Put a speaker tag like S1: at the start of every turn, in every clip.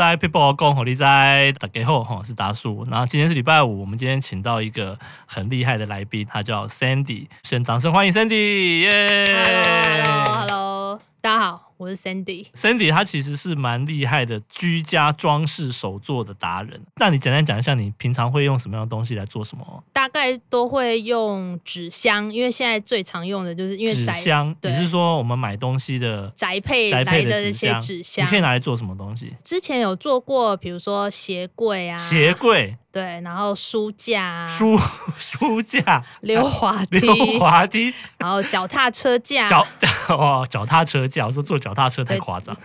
S1: 嗨，people，共好利在大家好，哈，是达叔。然后今天是礼拜五，我们今天请到一个很厉害的来宾，他叫 Sandy，先掌声欢迎 Sandy，耶
S2: Hello，Hello，Hello，大家好，我是 Sandy。
S1: Sandy 他其实是蛮厉害的居家装饰手作的达人。那你简单讲一下，你平常会用什么样的东西来做什么？
S2: 大概都会用纸箱，因为现在最常用的就是因为
S1: 纸
S2: 宅
S1: 箱，
S2: 对
S1: 你是说我们买东西的
S2: 宅配
S1: 宅
S2: 来
S1: 配
S2: 的
S1: 的纸
S2: 这些
S1: 箱？
S2: 纸
S1: 你
S2: 箱
S1: 可，以拿来做什么东西？
S2: 之前有做过，比如说鞋柜啊，
S1: 鞋柜、
S2: 对，然后书架、啊、
S1: 书 书 架、
S2: 溜滑梯，
S1: 溜滑梯、
S2: 然后脚踏车架，
S1: 脚 哦脚踏车架，我说坐脚踏车太
S2: 对
S1: 夸张。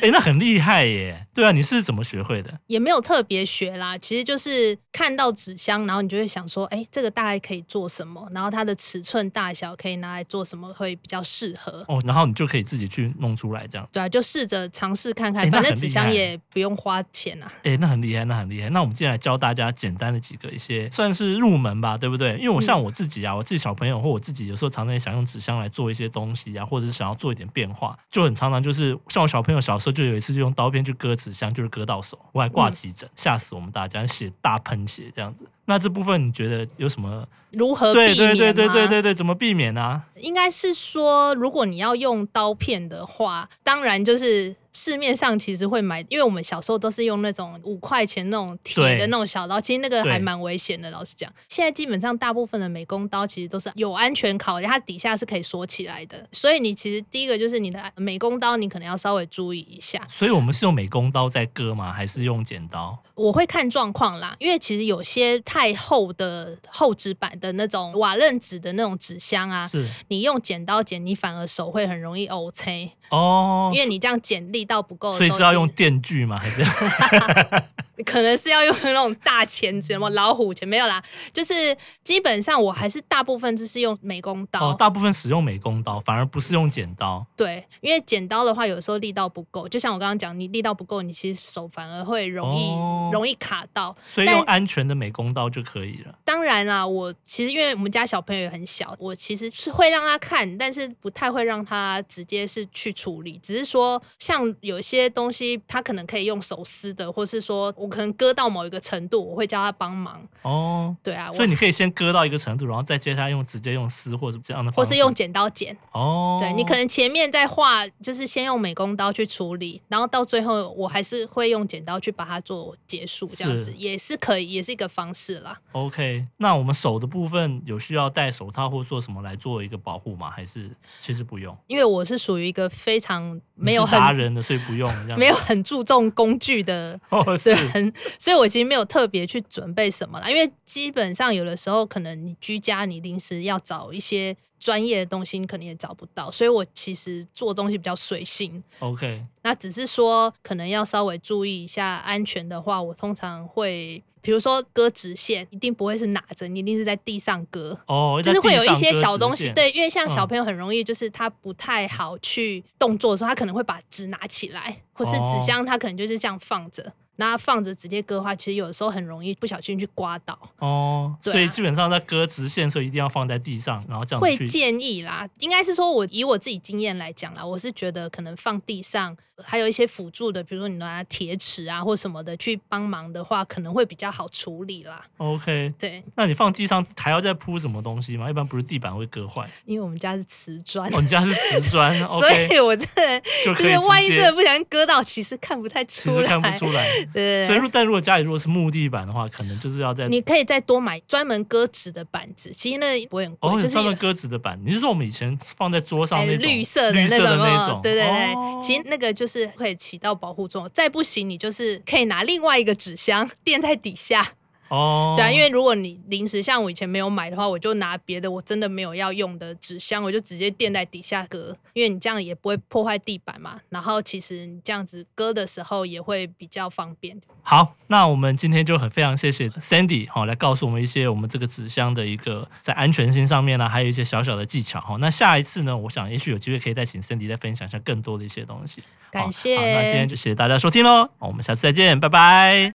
S1: 哎，那很厉害耶！对啊，你是怎么学会的？
S2: 也没有特别学啦，其实就是看到纸箱，然后你就会想说，哎，这个大概可以做什么，然后它的尺寸大小可以拿来做什么会比较适合。
S1: 哦，然后你就可以自己去弄出来这样。
S2: 对啊，就试着尝试看看，
S1: 诶那
S2: 反正
S1: 很
S2: 纸
S1: 厉
S2: 箱
S1: 害
S2: 也不用花钱啊。
S1: 哎，那很厉害，那很厉害。那我们今天来教大家简单的几个一些算是入门吧，对不对？因为我
S2: 嗯
S1: 像我自己啊，我自己小朋友或我自己有时候常常也想用纸箱来做一些东西啊，或者是想要做一点变化，就很常常就是像我小朋友小时候就有一次就用刀片去割纸箱，就是割到手，我还挂
S2: 嗯
S1: 急诊，吓死我们大家，血大喷血这样子。那这部分你觉得有什么
S2: 如呃何避
S1: 对
S2: 免
S1: 对对对
S2: 吗
S1: 对对对，怎么避免啊？
S2: 应该是说，如果你要用刀片的话，当然就是市面上其实会买，因为我们小时候都是用那种五块钱那种铁
S1: 对
S2: 的那种小刀，其实那个
S1: 对
S2: 还蛮危险的。老实讲，现在基本上大部分的美工刀其实都是有安全考量，它底下是可以锁起来的。所以你其实第一个就是你的美工刀，你可能要稍微注意一下。
S1: 所以我们是用美工刀在割吗？还是用剪刀？
S2: 我会看状况啦，因为其实有些太厚的厚纸板的那种瓦楞纸的那种纸箱啊，
S1: 是
S2: 你用剪刀剪，你反而手会很容易 O C，、
S1: 哦
S2: 因，为你这样剪力道不够的
S1: 所
S2: 时
S1: 以
S2: 候，
S1: 是要用电锯吗？还是
S2: 其实可能是要用那种大钳子，什么老虎钳没有啦，就是基本上我还是大部分就是用美工刀，
S1: 哦，大部分使用美工刀，反而不是用剪刀。
S2: 对，因为剪刀的话有时候力道不够，就像我刚刚讲，你力道不够，你其实手反而会容易、
S1: 哦
S2: 容易卡到，
S1: 所以
S2: 但
S1: 用安全的美工刀就可以了。
S2: 当然啦，我其实因为我们家小朋友也很小，我其实是会让他看，但是不太会让他直接是去处理。只是说，像有些东西，他可能可以用手撕的，或是说我可能割到某一个程度，我会叫他帮忙。
S1: 哦，
S2: 对啊，我
S1: 所以你可以先割到一个程度，然后再接下来用直接用撕或者这样的方
S2: 或
S1: 式，
S2: 是用剪刀剪。
S1: 哦，
S2: 对你可能前面在画，就是先用美工刀去处理，然后到最后我还是会用剪刀去把它做结束，这样
S1: 是
S2: 子也是可以，也是一个方式啦。
S1: OK。那我们手的部分有需要戴手套或做什么来做一个保护吗？还是其实不用？
S2: 因为我是属于一个非常没有
S1: 你是达
S2: 很。
S1: 人的，所以不用这样。
S2: 没有很注重工具的
S1: 哦，是
S2: 对， 所以我其实没有特别去准备什么啦，因为基本上有的时候可能你居家你临时要找一些专业的东西，你可能也找不到，所以我其实做东西比较随性。
S1: OK。
S2: 那只是说可能要稍微注意一下安全的话，我通常会。比如说割直线，一定不会是拿着，你一定是在地上割，
S1: 哦，
S2: 就是会有一些
S1: 在地上
S2: 小
S1: 割
S2: 东
S1: 直
S2: 西，
S1: 线，
S2: 对，因为像小
S1: 嗯
S2: 朋友很容易就是他不太好去动作的时候，他可能会把纸拿起来，或是
S1: 哦
S2: 纸箱，他可能就是这样放着，那他放着直接割的话，其实有的时候很容易不小心去刮到，
S1: 哦，
S2: 对啊
S1: 所以基本上在割直线的时候一定要放在地上，然后这样
S2: 会
S1: 子去。
S2: 建议啦，应该是说我以我自己经验来讲啦，我是觉得可能放地上，还有一些辅助的，比如说你拿铁尺啊或什么的去帮忙的话，可能会比较好处理啦。
S1: OK，
S2: 对，
S1: 那你放地上还要再铺什么东西吗？一般不是地板会割坏，
S2: 因为我们家是瓷砖。
S1: 哦，你家是瓷 砖
S2: 所
S1: ，OK，
S2: 以，我真的
S1: 就
S2: 就
S1: 可以
S2: 是万一
S1: 直
S2: 真
S1: 接
S2: 的不小心割到，其实看不太
S1: 其
S2: 出
S1: 实
S2: 来。
S1: 看不出来。
S2: 对
S1: 所以
S2: 对
S1: 说，但如果家里如果是木地板的话，可能就是要在
S2: 对，你可以再多买专门割纸的板子，其实那个不会很贵，
S1: 哦，你
S2: 就是
S1: 上面鸽子的板，你是说我们以前放在桌上
S2: 哎
S1: 那种
S2: 绿色的
S1: 绿
S2: 那
S1: 色的
S2: 种
S1: 那
S2: 哦，
S1: 种？
S2: 对对对，
S1: 哦
S2: 其实那个就是可以起到保护作用。再不行，你就是可以拿另外一个纸箱垫在底下，
S1: 哦，
S2: 对啊，因为如果你临时像我以前没有买的话，我就拿别的我真的没有要用的纸箱，我就直接垫在底下割，因为你这样也不会破坏地板嘛。然后其实你这样子割的时候也会比较方便。
S1: 好，那我们今天就很非常谢谢 Sandy 好、来告诉我们一些我们这个纸箱的一个在安全性上面呢、啊还有一些小小的技巧哈、那下一次呢，我想也许有机会可以再请 Sandy 再分享一下更多的一些东西。
S2: 感
S1: 好
S2: 谢
S1: 好，那今天就谢谢大家收听喽，好我们下次再见，拜拜。